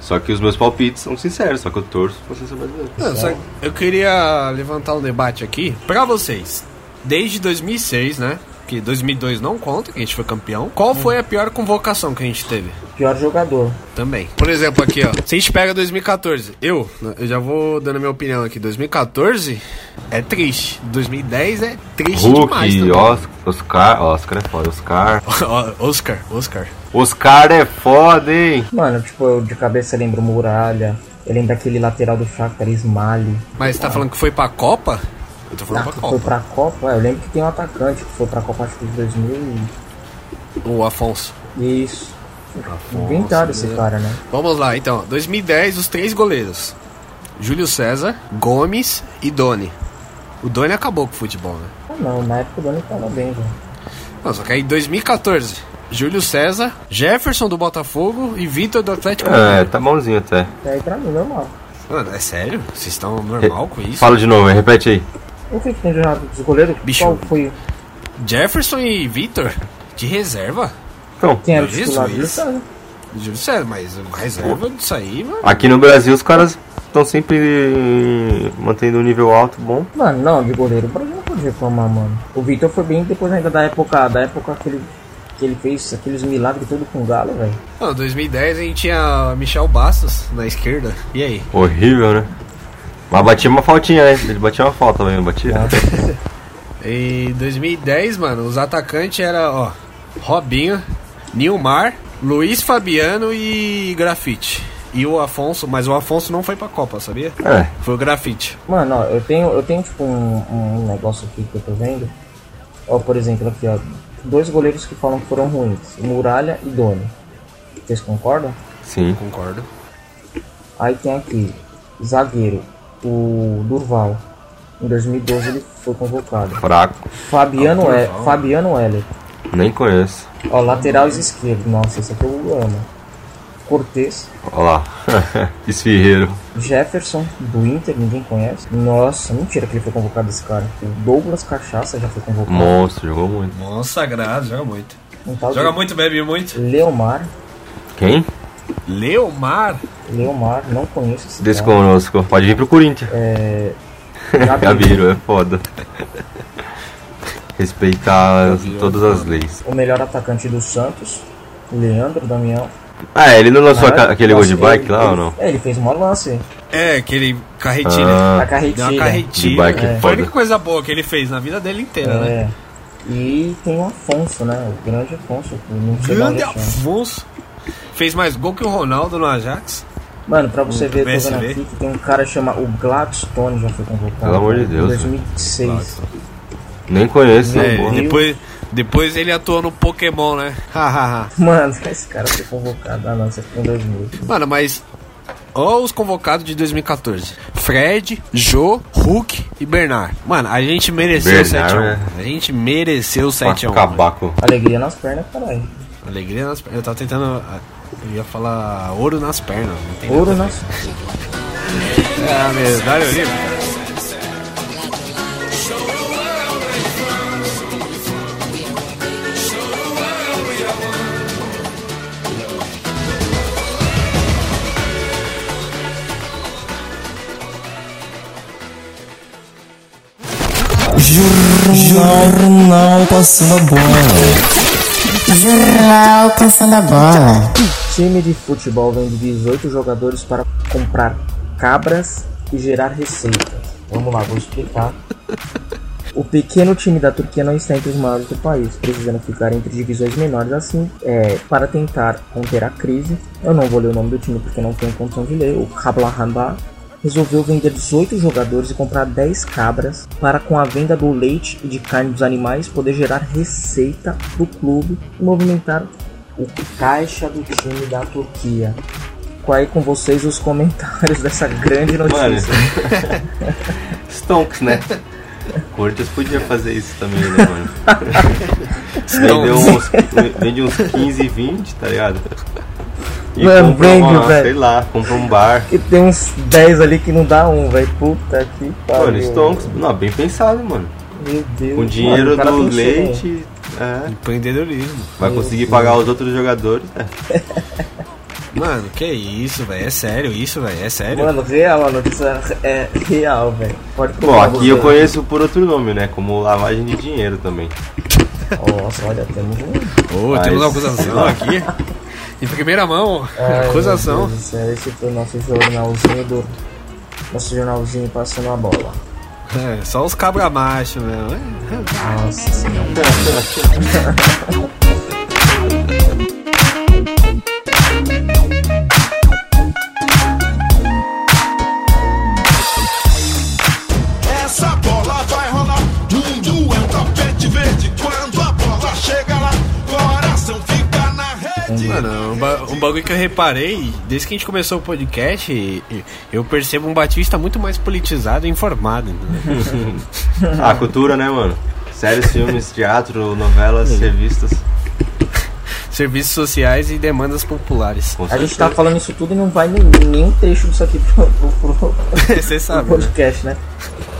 S3: Só que os meus palpites são sinceros, só que eu torço pra seleção brasileira.
S1: Não, só que eu queria levantar um debate aqui pra vocês. Desde 2006, né? Que 2002 não conta, que a gente foi campeão. Qual foi a pior convocação que a gente teve?
S2: Pior jogador.
S1: Também. Por exemplo, aqui, ó. Se a gente pega 2014, eu, eu já vou dando minha opinião aqui. 2014 é triste. 2010 é triste demais. né?
S3: Hulk,
S1: também.
S3: Oscar, Oscar, Oscar é foda, Oscar.
S1: [LAUGHS] Ó, Oscar, Oscar.
S3: Oscar é foda, hein?
S2: Mano, tipo, eu de cabeça lembro Muralha. Eu lembro daquele lateral do Shakhtar, Smalley.
S1: Mas você tá falando que foi pra Copa? Eu tô falando
S2: Ah,
S1: pra
S2: que foi
S1: Copa.
S2: pra Copa. É, Eu lembro que tem um atacante que foi pra Copa, acho que de 2000 e...
S1: O Afonso.
S2: Isso.
S1: Afonso,
S2: Inventaram esse
S1: né?
S2: cara, né?
S1: Vamos lá, então. 2010, os três goleiros. Júlio César, Gomes e Doni. O Doni acabou com o futebol, né?
S2: Ah, não, na época o Dani tava bem, velho.
S1: Não, só que aí em 2014, Júlio César, Jefferson do Botafogo e Vitor do Atlético
S3: É,
S1: Mineiro.
S3: tá bonzinho até.
S2: Daí pra mim, normal.
S1: Mano, é sério? Vocês estão normal com isso?
S3: Fala de novo, hein? repete aí.
S2: O que que tem de errado dos goleiros?
S1: Bicho.
S2: Qual foi?
S1: Jefferson e Vitor? De reserva?
S3: Então,
S2: Quem era o
S1: Isso,
S2: titular
S1: isso.
S2: disso? sabe?
S1: Júlio César, mas o reserva disso aí, mano.
S3: aqui no Brasil os caras estão sempre mantendo um nível alto, bom.
S2: Mano, não, de goleiro, o Brasil não pode reclamar, mano. O Vitor foi bem depois ainda da época, da época que ele, que ele fez aqueles milagres todo com o Galo, velho.
S1: Não, 2010 a gente tinha Michel Bastos na esquerda. E aí?
S3: Horrível, né? Mas batia uma faltinha, né? Ele batia uma falta também, não batia?
S1: Em 2010, mano, os atacantes eram, ó, Robinho, Nilmar, Luiz Fabiano e Grafite. E o Afonso, mas o Afonso não foi pra Copa, sabia?
S3: É.
S1: Foi o Grafite.
S2: Mano, ó, eu tenho, eu tenho tipo um, um negócio aqui que eu tô vendo. Ó, por exemplo, aqui, ó. Dois goleiros que falam que foram ruins, Muralha e Doni. Vocês concordam?
S3: Sim.
S1: Concordo.
S2: Aí tem aqui, zagueiro, o Durval. Em 2012 ele foi convocado.
S3: Fraco.
S2: Fabiano,
S1: Ah,
S2: é,
S1: Durval.
S2: Fabiano Heller.
S3: Nem conheço.
S2: Ó, lateral esquerdo. Nossa, esse aqui eu amo. Cortez,
S3: Olha lá. [LAUGHS] Esfirreiro.
S2: Jefferson, do Inter, ninguém conhece. Nossa, mentira que ele foi convocado esse cara. O Douglas Cachaça já foi convocado.
S3: Monstro, jogou muito.
S1: Nossa, sagrado, joga muito.
S2: Um tal de
S1: Joga muito, bebe muito.
S2: Leomar.
S3: Quem?
S1: Leomar?
S2: Leomar, não conheço esse
S3: É.
S2: cara.
S3: Desconosco. Pode vir pro Corinthians.
S2: É,
S3: Gabiru, é foda. Respeitar as- todas as leis.
S2: o melhor atacante do Santos, Leandro Damião.
S3: Ah, ele não lançou
S2: Caralho,
S3: aca- aquele gol de
S2: nossa,
S3: bike
S2: ele-
S3: lá ou
S2: ele-
S3: não?
S2: É, ele fez uma lance.
S1: É, aquele né? carretilha.
S2: a
S3: Ah,
S1: Deu uma né?
S2: carretilha.
S1: carretilha.
S3: De bike,
S1: Foi a única
S3: foda.
S1: coisa boa que ele fez na vida dele inteira, né?
S2: É. E tem o Afonso, né? O grande Afonso. que Não sei de onde
S1: Grande
S2: é que chama.
S1: Afonso. Fez mais gol que o Ronaldo no Ajax.
S2: Mano, pra você ver, eu tô vendo
S1: PSV.
S2: aqui que tem um cara que chama o Gladstone, já foi convocado.
S3: Pelo amor de Deus, né?
S2: Em 2006.
S3: nem conheço.
S1: É,
S3: porra.
S1: depois, depois ele atuou no Pokémon, né? Hahaha.
S2: Mano, [LAUGHS] esse cara foi convocado. Ah, não, você foi em 2000.
S1: Mano, mas. Ó os convocados de 2014. Fred, Jô, Hulk e Bernard. Mano, a gente mereceu o
S3: Bernard,
S1: 7x1. A gente mereceu o
S3: Pra
S1: 7x1. mano.
S3: acabar com-
S2: Alegria nas pernas, caralho.
S1: Alegria nas pernas. Eu tava tentando. ah, Eu ia falar ouro nas pernas. Não tem Ah,
S2: Ouro nas.
S1: nada a ver. Dário Oliva.
S4: Jornal Passando a Bola.
S5: Jornal Passando a Bola.
S2: Time de futebol vende 18 jogadores para comprar cabras e gerar receita. Vamos lá, vou explicar. O pequeno time da Turquia não está entre os maiores do país, precisando ficar entre divisões menores assim é, para tentar conter a crise. Eu não vou ler o nome do time porque não tenho condição de ler. O Kablahamba resolveu vender 18 jogadores e comprar 10 cabras para, com a venda do leite e de carne dos animais, poder gerar receita para o clube e movimentar o caixa do time da Turquia. Aí com vocês os comentários [LAUGHS] dessa grande notícia.
S3: Mano. [LAUGHS] Stonks, né? Corinthians podia fazer isso também, né, [LAUGHS] mano? Vendeu uns, vende uns 15, 20, tá ligado? E
S2: Mano,
S3: compra
S2: vende,
S3: uma,
S2: velho.
S3: sei lá, compra um bar.
S2: E tem uns 10 ali que não dá um, velho. Puta que pariu.
S3: Mano, Stonks, não, bem pensado, mano.
S2: Meu Deus.
S3: Com
S2: mano,
S3: dinheiro
S2: o cara né?
S3: do
S2: pensou, velho.
S3: leite, é,
S1: Empreendedorismo.
S3: vai conseguir pagar os outros jogadores. né?
S1: Mano, que isso, velho. É sério isso, velho. É sério.
S2: Mano, real, a notícia é real, velho. Pode
S3: Bom,
S2: colocar
S3: aqui
S2: você.
S3: eu conheço por outro nome, né? Como lavagem de dinheiro também.
S2: Nossa, olha, temos um.
S1: Ô,
S3: Mas-
S1: temos uma
S2: [LAUGHS]
S1: acusação aqui. Em primeira mão,
S2: Ai, meu
S1: É, [LAUGHS] acusação.
S2: Deus do céu, Esse foi o nosso jornalzinho do. Nosso jornalzinho passando a bola.
S1: É, só os cabra macho, né?
S2: Nossa senhora.
S6: Essa bola vai rolar. Mundo é um tapete verde. Quando a bola chega lá, coração fica na rede.
S1: Mano, o ba- um bagulho que eu reparei, desde que a gente começou o podcast, e- e- eu percebo um Batista muito mais politizado e informado.
S2: [LAUGHS]
S1: né?
S3: Ah, cultura, né, mano? Séries, filmes, teatro, novelas, revistas.
S1: Serviços sociais e demandas populares.
S3: Com
S2: A gente tá
S3: certeza.
S2: falando isso tudo e não vai nem- nenhum trecho disso aqui pro, pro- pro-
S1: Você
S2: pro
S1: sabe, né?
S2: podcast, né?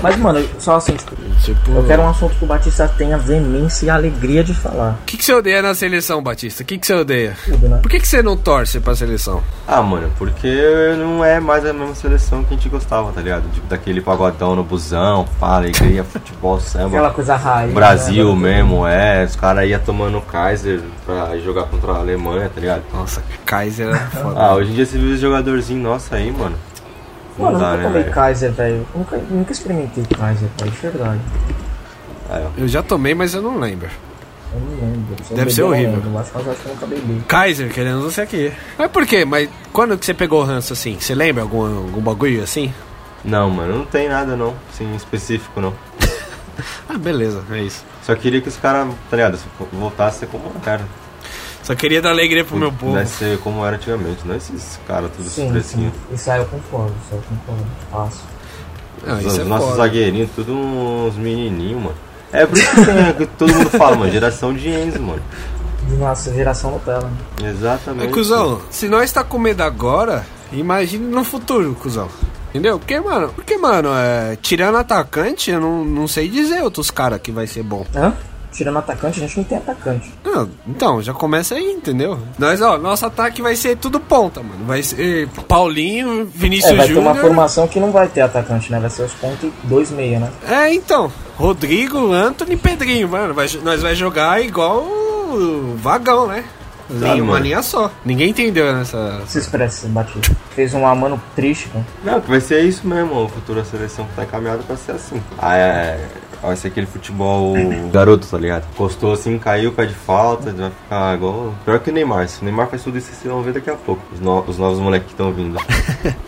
S2: Mas, mano, só assim, tipo,
S1: [LAUGHS] Tipo,
S2: eu quero um assunto que o Batista tenha veemência e alegria de falar.
S1: o que, que você odeia na seleção, Batista? O que, que você odeia?
S2: Tudo, né?
S1: Por que, que você não torce pra seleção?
S3: Ah, mano, porque não é mais a mesma seleção que a gente gostava, tá ligado? Tipo, daquele pagodão no busão, pá, alegria, [LAUGHS] futebol, samba.
S2: Aquela coisa raiz.
S3: Brasil
S2: né?
S3: mesmo, é. Os caras iam tomando Kaiser pra jogar contra a Alemanha, tá ligado?
S1: Nossa, Kaiser
S2: [LAUGHS]
S1: era foda.
S3: Ah, hoje em dia você viu os jogadorzinhos nossos aí, mano. Não
S2: Mano, eu
S3: dá,
S2: nunca
S3: né,
S2: tomei
S3: velho?
S2: Kaiser, velho. Nunca, nunca experimentei Kaiser, pai, de verdade.
S1: Eu já tomei, mas eu não lembro.
S2: Eu não lembro. Se eu
S1: Deve
S2: beber,
S1: ser
S2: eu
S1: horrível.
S2: lembro, Mas mas eu acho que eu nunca bebi.
S1: Kaiser, querendo você aqui. Mas por quê? Mas quando que você pegou o ranço assim? Você lembra algum, algum bagulho assim?
S3: Não, mano, não tem nada não, assim, específico não.
S1: Ah, beleza, é isso.
S3: Só queria que os caras, tá ligado, se voltassem como era.
S1: Só queria dar alegria pro meu povo.
S3: Deve ser como era antigamente, não esses caras tudo
S2: Sim, sim.
S3: precinho.
S2: Isso aí eu concordo, isso aí eu concordo. Fácil.
S1: Não,
S3: Os,
S1: isso é
S3: nossos
S1: foda.
S3: zagueirinhos, tudo uns menininhos, mano. É por isso que, tem- que todo mundo fala, mano, geração de Enzo, mano.
S2: De nossa geração Nutella. né?
S3: Exatamente.
S1: Mas, cuzão, se nós tá com medo agora, imagine no futuro, cuzão. Entendeu? Porque, mano, porque, mano, é, tirando atacante, eu não, não sei dizer outros caras que vai ser bom.
S2: Hã? Tirando atacante, a gente não tem atacante.
S1: Ah, então, já começa aí, entendeu? Nós, ó, nosso ataque vai ser tudo ponta, mano. Vai ser Paulinho,
S2: É,
S1: Vinícius
S2: vai ter uma
S1: Júnior.
S2: formação que não vai ter atacante, né? Vai ser os pontos e dois meia, né?
S1: É, então. Rodrigo, Anthony e Pedrinho, mano. Vai- nós vai jogar igual o vagão, né? Linha- uma
S3: mano.
S1: linha só. Ninguém entendeu nessa.
S2: Se expressa, Batista. Fez um amano triste, né?
S3: Não, vai ser isso mesmo, a futura seleção que tá encaminhada pra ser assim. Ah, é, vai ser aquele futebol garoto, tá ligado? Postou assim, caiu, pé de falta, vai ficar igual. Pior que o Neymar, se o Neymar faz tudo isso, vocês vão ver daqui a pouco. Os, no- os novos moleques que estão vindo.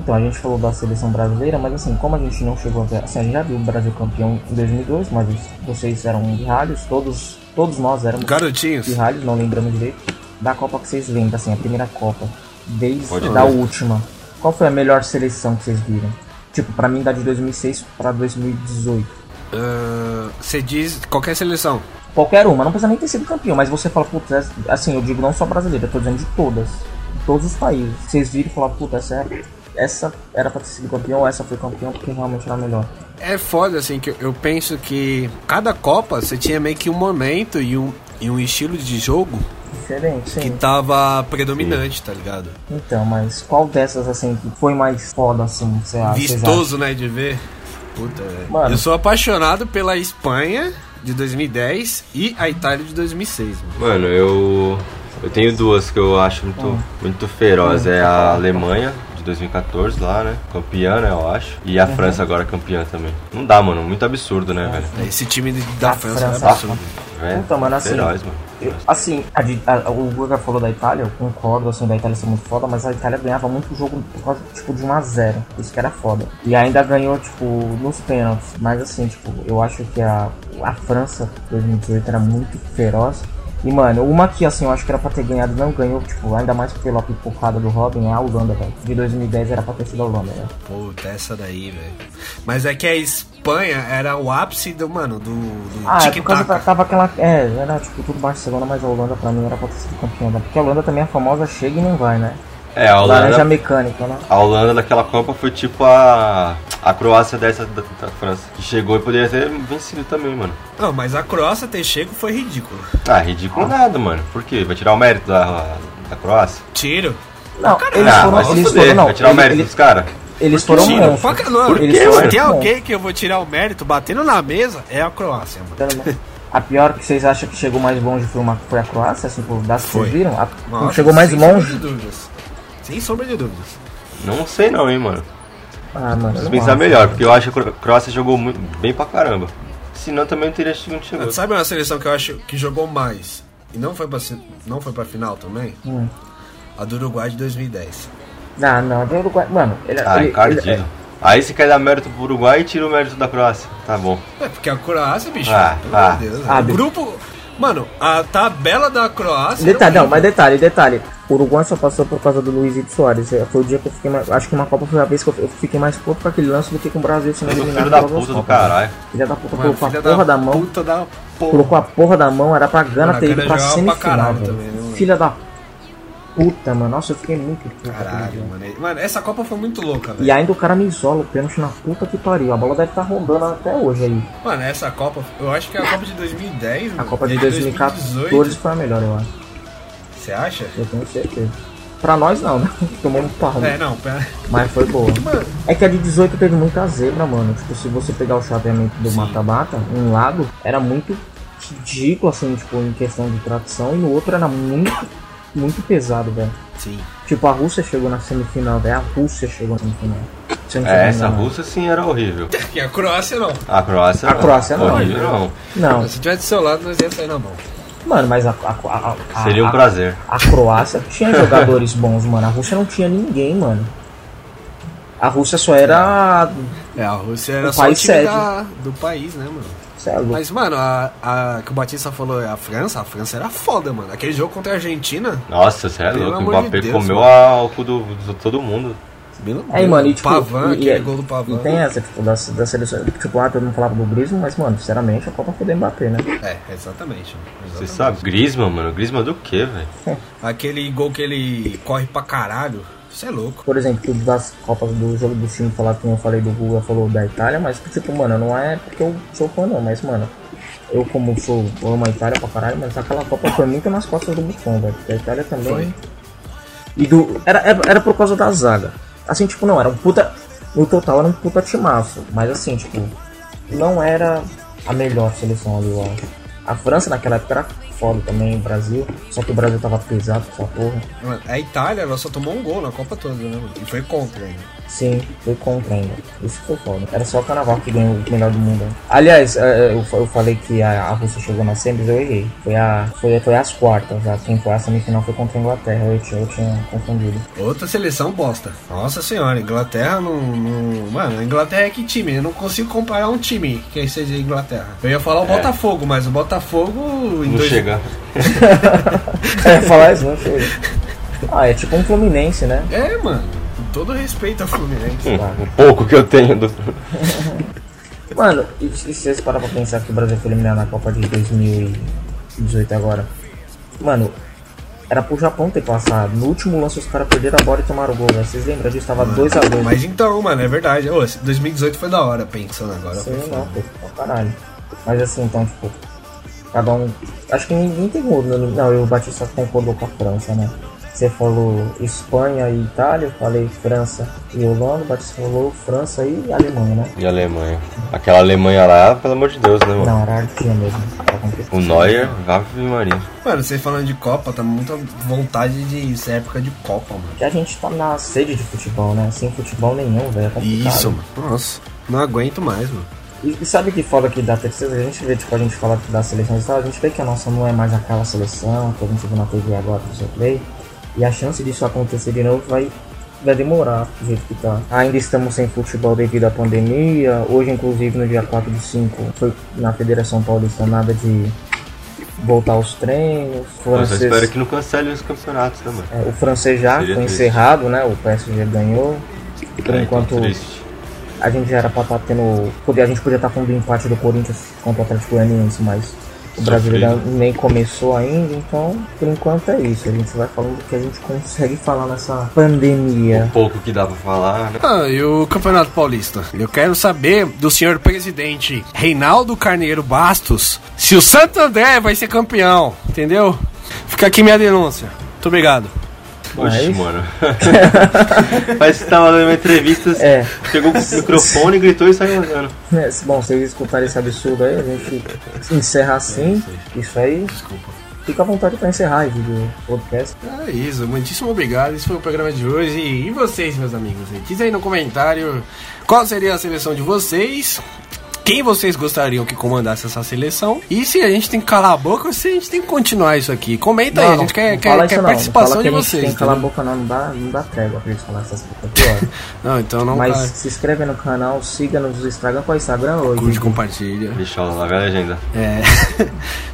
S2: Então, a gente falou da seleção brasileira, mas assim, como a gente não chegou até. Assim, a gente já viu o Brasil campeão em 2002, mas vocês eram pirralhos, todos, todos nós éramos
S1: Garotinhos.
S2: pirralhos, não lembramos direito. Da Copa que vocês lembram, assim, a primeira Copa, desde
S3: Pode
S2: da
S3: falar.
S2: última. Qual foi a melhor seleção que vocês viram? Tipo, pra mim, da de 2006 pra 2018.
S1: Ah, Você diz qualquer seleção.
S2: Qualquer uma, não precisa nem ter sido campeão, mas você fala, putz, essa- assim, eu digo não só brasileira, eu tô dizendo de todas, de todos os países. Vocês viram e falaram, putz, essa, é- essa era pra ter sido campeão, essa foi campeão, porque realmente era a melhor.
S1: É foda, assim, que eu- eu penso que cada Copa você tinha meio que um momento e um, e um estilo de jogo
S2: Diferente,
S1: que
S2: sim.
S1: tava predominante, tá ligado?
S2: Então, mas qual dessas, assim, que foi mais foda, assim, você acha?
S1: Vistoso, né, de ver. Puta, velho.
S2: Mano.
S1: Eu sou apaixonado pela Espanha de 2010 e a Itália de 2006, mano.
S3: Mano, eu. Eu tenho duas que eu acho muito,
S2: Ah.
S3: muito
S2: Hum.
S3: feroz. É a Alemanha, de 2014 lá, né? Campeã, né, eu acho. E
S2: Uhum.
S3: a França agora campeã também. Não dá, mano. Muito absurdo, né, velho?
S1: Esse time de- da
S2: A
S1: França,
S2: França.
S1: é absurdo.
S3: Velho,
S2: Puta, Ah, mano, assim,
S3: Feroz, mano.
S2: Eu- assim, a de- a- o Guga falou da Itália, eu concordo, assim, da Itália ser muito foda, mas a Itália ganhava muito jogo, por causa, tipo, de 1x0, isso que era foda. E ainda ganhou, tipo, nos pênaltis, mas assim, tipo, eu acho que a, a França 2018 era muito feroz. E, mano, uma que, assim, eu acho que era pra ter ganhado, não ganhou, tipo, ainda mais pela pipocada do Robin, é a Holanda, velho. De 2010 era pra ter sido a Holanda, né? velho.
S1: Puta, essa daí, velho. Mas é que a Espanha era o ápice do, mano, do, do
S2: Ah, é por causa da,
S1: tic-tac.
S2: tava aquela. É, era tipo tudo Barcelona, mas a Holanda pra mim era pra ter sido campeã. né? Porque a Holanda também é famosa, chega e não vai, né?
S3: É, a Holanda
S2: Laranja mecânica, né?
S3: A Holanda naquela Copa foi tipo a, a Croácia dessa da, da França, que chegou e poderia ter vencido também, mano.
S1: Não, mas a Croácia ter chego foi ridículo.
S3: Ah, ridículo nada, mano. Por quê? Vai tirar o mérito da, da Croácia?
S1: Tiro.
S2: Não, eles
S3: ah,
S2: foram.
S3: vai se
S2: Eles
S3: fuder,
S2: foram, não.
S3: vai tirar o
S2: Eles,
S3: mérito dos caras?
S2: eles- eles foram
S1: Tiro.
S2: monstros.
S1: Pra caralho.
S2: Eles
S3: quê,
S2: foram
S3: mano?
S1: Se tem
S2: monstros.
S1: alguém que eu vou tirar o mérito batendo na mesa, é a Croácia, mano.
S2: A pior que vocês acham que chegou mais longe foi, uma, foi a Croácia, assim, por das que
S1: Foi.
S2: vocês viram? A-
S1: Nossa,
S2: chegou mais
S1: sem
S2: longe?
S1: Sombra de dúvidas. Sem sombra de dúvidas.
S3: Não sei não, hein, mano.
S2: Ah, mano.
S3: Preciso
S2: não
S3: pensar
S2: acho.
S3: melhor, porque eu acho que a Cro- Croácia jogou muito, bem pra caramba. Senão também não teria um chegado onde chegou.
S1: Sabe uma seleção que eu acho que jogou mais e não foi pra, si- não foi pra final também?
S2: Hum.
S1: A do Uruguai de 2010.
S2: Não, Ah, não, um do Uruguai. Mano, ele,
S3: Ah,
S2: ele, ele, é-
S3: encardido. Aí você quer dar mérito pro Uruguai e tira o mérito da Croácia. Tá bom.
S1: É porque a Croácia, bicho,
S3: Ah,
S1: pelo
S3: ah.
S1: amor de Deus.
S2: Ah,
S1: o
S2: bicho.
S1: grupo. Mano, a tabela da Croácia.
S2: é, Detalhe,
S1: era
S2: não, mas detalhe, detalhe. O Uruguai só passou por causa do Luizito Soares. É, Foi o dia que eu fiquei mais. Acho que uma Copa foi a vez que eu eu fiquei mais puto com aquele lance do que com o Brasil sendo
S3: Mas o
S2: eliminado.
S3: filho da
S2: pelas
S3: puta do
S2: Copas.
S3: caralho.
S2: Filha da puta
S1: Mano,
S2: colocou a
S1: filha
S2: porra da mão.
S1: Puta da porra.
S2: Colocou a porra da mão, era pra Gana
S1: Mano,
S2: ter
S1: a
S2: ido
S1: Ah, Gana
S2: pra
S1: jogava pra
S2: semifinal,
S1: caralho
S2: velho.
S1: também, né, mano?
S2: Filha da puta, mano. Nossa, eu fiquei muito puto.
S1: Caralho, mano. É- Mano, essa Copa foi muito louca, velho.
S2: E ainda o cara me isola o pênalti na puta que pariu. A bola deve estar rondando até hoje aí.
S1: Mano, essa Copa, eu acho que é a Copa de 2010,
S2: A
S1: mano.
S2: Copa de
S1: E
S2: 2014 foi a melhor, eu acho.
S1: Você acha?
S2: Eu tenho certeza. Pra nós não, né? [LAUGHS] Tomamos parro.
S1: É, não, pera.
S2: Mas foi boa.
S1: Mano.
S2: É que a de 18 teve muita zebra, mano. Tipo, se você pegar o chaveamento do mata-mata, um lado era muito ridículo, assim, tipo, em questão de tradução, e no outro era muito, muito pesado, velho.
S1: Sim.
S2: Tipo, a Rússia chegou na semifinal, velho. A Rússia chegou na semifinal. Se eu não
S3: É,
S2: me
S3: essa
S2: engano.
S3: russa sim era horrível.
S1: Que a Croácia não.
S3: A Croácia
S2: A Croácia não.
S3: Horrível não.
S2: Não,
S1: Se tivesse do seu lado, nós ia sair na mão.
S2: mano, mas a. a- a- a-
S3: Seria um
S2: a-
S3: prazer.
S2: A Croácia
S3: [LAUGHS]
S2: tinha jogadores bons, mano. A Rússia não tinha ninguém, mano. A Rússia só era.
S1: É, a Rússia era
S2: O
S1: só o
S2: país
S1: time
S2: sede.
S1: da- do país, né, mano?
S2: Cê é louco.
S1: Mas, mano, a, a que o Batista falou é a França, a França era foda, mano. Aquele jogo contra a Argentina,
S3: Nossa, você é
S1: Pelo
S3: louco. O
S1: amor de
S3: Mbappé
S1: Deus,
S3: comeu
S1: mano.
S3: a- o cu do, do- todo mundo.
S1: pelo
S2: É,
S1: Deus,
S2: mano, e
S1: o
S2: tipo,
S1: Pavan,
S2: e, e-
S1: aquele gol do Pavan.
S2: E tem essa, tipo, das, das seleções. Tipo, ah, todo mundo falava do Griezmann, mas, mano, sinceramente, a Copa foi do Mbappé, né?
S1: É, exatamente. mano,
S3: Você
S1: exatamente.
S3: sabe? Grisma, mano. Grisma do quê, velho?
S1: Aquele gol que ele corre pra caralho, isso é louco.
S2: Por exemplo, tudo das Copas do jogo do time, falar que eu falei do Google, falou da Itália, mas, tipo, mano, não é porque eu sou fã, não, mas, mano, eu, como sou, eu amo a Itália pra caralho, mas aquela Copa foi muito nas costas do Buffon, velho, porque a Itália também.
S1: Foi.
S2: E do. Era, era, era por causa da zaga. Assim, tipo, não, era um puta. No total era um puta timaço. Mas assim, tipo, não era a melhor seleção ali, eu acho. A França naquela época era foda também, o Brasil. Só que o Brasil tava pesado com essa porra.
S1: Mano, a Itália, ela só tomou um gol na Copa toda, né, mano? E foi contra ainda.
S2: Sim, foi contra ainda. Isso foi foda. Era só o carnaval que ganhou o melhor do mundo. Aliás, é, é, eu, fa- eu falei que a, a Rússia chegou na semis, eu errei. Foi, a, foi, foi as quartas. Já. Quem foi a semifinal foi contra a Inglaterra. Eu, tinha- eu tinha confundido. [LAUGHS]
S1: Outra seleção bosta. Nossa senhora, Inglaterra não, não- Mano, a Inglaterra é que time? Eu não consigo comparar um time que seja a Inglaterra. Eu ia falar o Botafogo, mas o Botafogo. Em
S3: É. Não
S1: dois-
S3: chega.
S2: É, falar isso não foi. Ah, é tipo um Fluminense, né?
S1: É, mano. Com todo respeito ao Fluminense.
S3: O pouco que eu tenho do.
S2: Mano, e, se- e se vocês parar pra pensar que o Brasil foi eliminado na Copa de 2018 agora? Mano, era pro Japão ter passado. No último lance os caras perderam a bola e tomaram o gol, né? Vocês lembram disso? Tava 2x2.
S1: Mas então, mano, é verdade. Ô, esse 2018 foi da hora, pensando agora.
S2: Sim,
S1: foi
S2: não,
S1: foda.
S2: pô, pra caralho. Mas assim, então, tipo, cada um. Acho que ninguém tem outro. né? Não, eu bati só concordou com a França, né? Você falou Espanha e Itália, eu falei França e Holanda, o Batista falou França e Alemanha, né?
S3: E a Alemanha. Aquela Alemanha lá, pelo amor de Deus, né, mano?
S2: Não, era a Argentina mesmo. tá complicado.
S3: O Neuer, Ave Maria.
S1: Mano, vocês falando de Copa, tá muita vontade de ser época de Copa, mano.
S2: Que a gente tá na sede de futebol, né? Sem futebol nenhum, velho. É complicado.
S1: mano. Nossa, não aguento mais, mano.
S2: E, e sabe o que foda que dá tristeza? A gente vê, tipo, a gente fala da seleção e tal, a gente vê que a nossa não é mais aquela seleção que a gente viu na TV agora do seu play. E a chance disso acontecer de novo vai, vai demorar do jeito que tá. Ainda estamos sem futebol devido à pandemia. Hoje, inclusive, no dia 4 de 5, foi na Federação Paulista nada de voltar aos treinos.
S3: Eu só
S2: Francês-
S3: espero que não cancele os campeonatos, né, mano?
S2: é, o francês já
S3: Seria
S2: foi
S3: triste.
S2: encerrado, né? O PSG ganhou. Por
S3: É,
S2: enquanto,
S3: Triste.
S2: a gente já era pra estar tendo. poder- A gente podia estar com o empate do Corinthians contra o Atlético Goianiense, mas o Brasil ainda nem começou ainda, então por enquanto é isso. A gente vai falando o que a gente consegue falar nessa pandemia.
S3: Pouco que dá pra falar, né?
S1: Ah, e o Campeonato Paulista? Eu quero saber do senhor presidente Reinaldo Carneiro Bastos se o Santo André vai ser campeão, entendeu? Fica aqui minha denúncia. Muito obrigado.
S3: Oxe,
S2: Mas-
S3: mano. [LAUGHS] Mas você tava dando uma entrevista,
S2: É.
S3: chegou com o microfone, gritou e saiu andando.
S2: É, se- Bom, vocês escutarem esse absurdo aí, a gente encerra assim. Isso aí.
S1: Desculpa.
S2: Fica à vontade pra encerrar aí vídeo podcast.
S1: É isso, muitíssimo obrigado. Esse foi o programa de hoje. E vocês, meus amigos? Diz aí no comentário qual seria a seleção de vocês. Quem vocês gostariam que comandasse essa seleção? E se a gente tem que calar a boca ou se a gente tem que continuar isso aqui? Comenta Tá aí, a gente quer,
S2: não
S1: quer,
S2: fala
S1: quer
S2: isso não, não
S1: participação
S2: fala que
S1: de
S2: a gente
S1: vocês.
S2: Tem que calar a
S1: entendeu?
S2: boca, não, não dá, não dá trégua pra eles falar essas coisas. é pior.
S1: Não, então não
S2: Mas
S1: cala.
S2: se inscreve no canal, siga-nos no Instagram. Qual é o Instagram hoje?
S1: Curte, compartilha.
S3: Deixa eu lá, a legenda.
S1: É. [LAUGHS]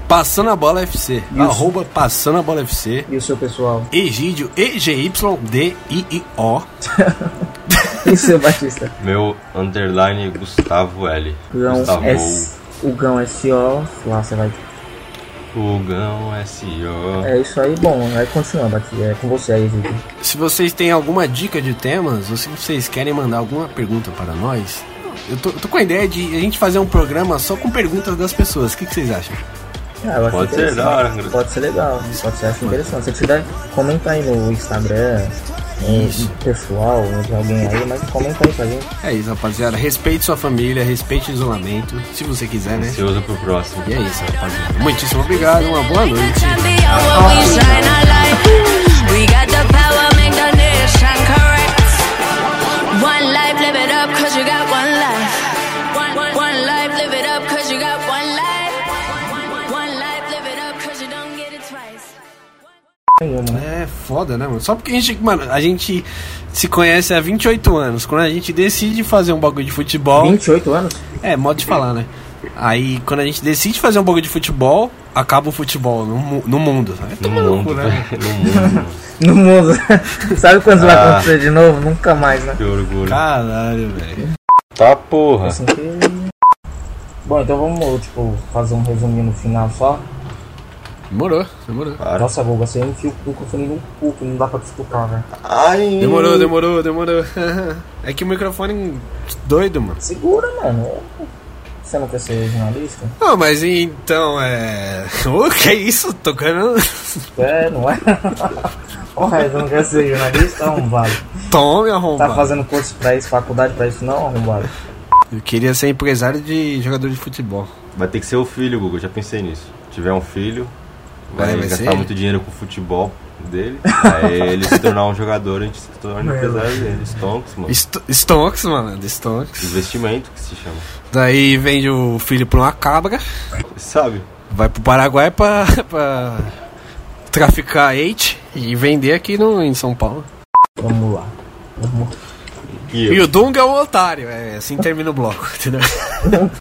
S1: Passando a Bola FC.
S2: Isso.
S1: Arroba Passando a Bola FC.
S2: E o seu pessoal?
S1: Egídio, E-G-Y-D-I-I-O.
S2: E o seu Batista?
S3: Meu underline Gustavo L.
S2: Gão é
S3: Gustavo
S2: S. O Gão S.O. Lá você vai.
S3: Fogão S.O.
S2: É isso aí, bom. Aí continua, Batista. É com você aí, Vivi.
S1: Se vocês têm alguma dica de temas, ou se vocês querem mandar alguma pergunta para nós, eu tô, eu tô com a ideia de a gente fazer um programa só com perguntas das pessoas. O que, que vocês acham?
S2: Ah, eu acho
S3: Pode ser
S2: interessante.
S3: da hora, André.
S2: Pode ser legal, pode ser acho interessante. Se tiver, comenta aí no Instagram, em- em pessoal, de alguém aí, mas comenta aí pra gente.
S1: É isso, rapaziada. Respeite sua família, respeite o isolamento, se você quiser, né?
S3: Ansioso pro próximo.
S1: E é isso, rapaziada. Muitíssimo obrigado, uma boa noite.
S7: We shine a light. We got the power, make the nation correct. One life, live it up, cause you got one life. One, one, one life, live it up, cause you got one life. One life, live it up, cause you don't get it twice.
S1: É foda, né, mano? Só porque a gente, mano, a gente se conhece há 28 anos. Quando a gente decide fazer um bagulho de futebol.
S2: 28 anos?
S1: É, modo de falar, né? Aí, quando a gente decide fazer um bagulho de futebol, acaba o futebol no, mu- no mundo. É
S3: No
S1: tomar no
S3: mundo,
S1: cu, né?
S3: velho. [LAUGHS] no mundo.
S2: No mundo. [LAUGHS] Sabe quando vai
S3: Ah.
S2: acontecer de novo? Nunca mais, né?
S3: Que orgulho.
S1: Caralho, velho.
S3: Tá porra.
S2: Assim que... Bom, então vamos, tipo, fazer um resuminho no final só.
S1: Demorou, demorou.
S2: Nossa, Google, você enfia o cu que eu falei no cu, que não dá pra né?" disputar, velho.
S3: Ai.
S1: Demorou, demorou, demorou. [LAUGHS] É que o microfone doido, mano.
S2: Segura, mano. Você não quer ser jornalista?
S1: Ah, mas então, é. [LAUGHS] O que é isso? Tocando.
S2: É, não é? [LAUGHS] Porra, você não quer ser jornalista? Arrombado.
S1: [LAUGHS] Tome,
S2: Tá
S1: arrombado.
S2: fazendo curso pra isso, faculdade pra isso, não, arrombado?
S1: Eu queria ser empresário de jogador de futebol.
S3: Vai ter que ser o filho, Guga. Já pensei nisso. Tiver um filho, vai,
S1: Vai, vai
S3: gastar
S1: ser
S3: muito dinheiro com o futebol dele. Aí ele se tornar um jogador, a gente se torna um empresário dele. Stonks, mano.
S1: Sto- Stonks, mano. Stonks.
S3: Investimento que se chama.
S1: Daí vende o filho pra uma cabra.
S3: Sabe?
S1: Vai pro Paraguai pra, [LAUGHS] pra traficar hate e vender aqui no, em São Paulo.
S2: Vamos lá. Vamos
S3: E eu.
S1: E o Dunga é um otário, é assim que termina o bloco, [LAUGHS] entendeu?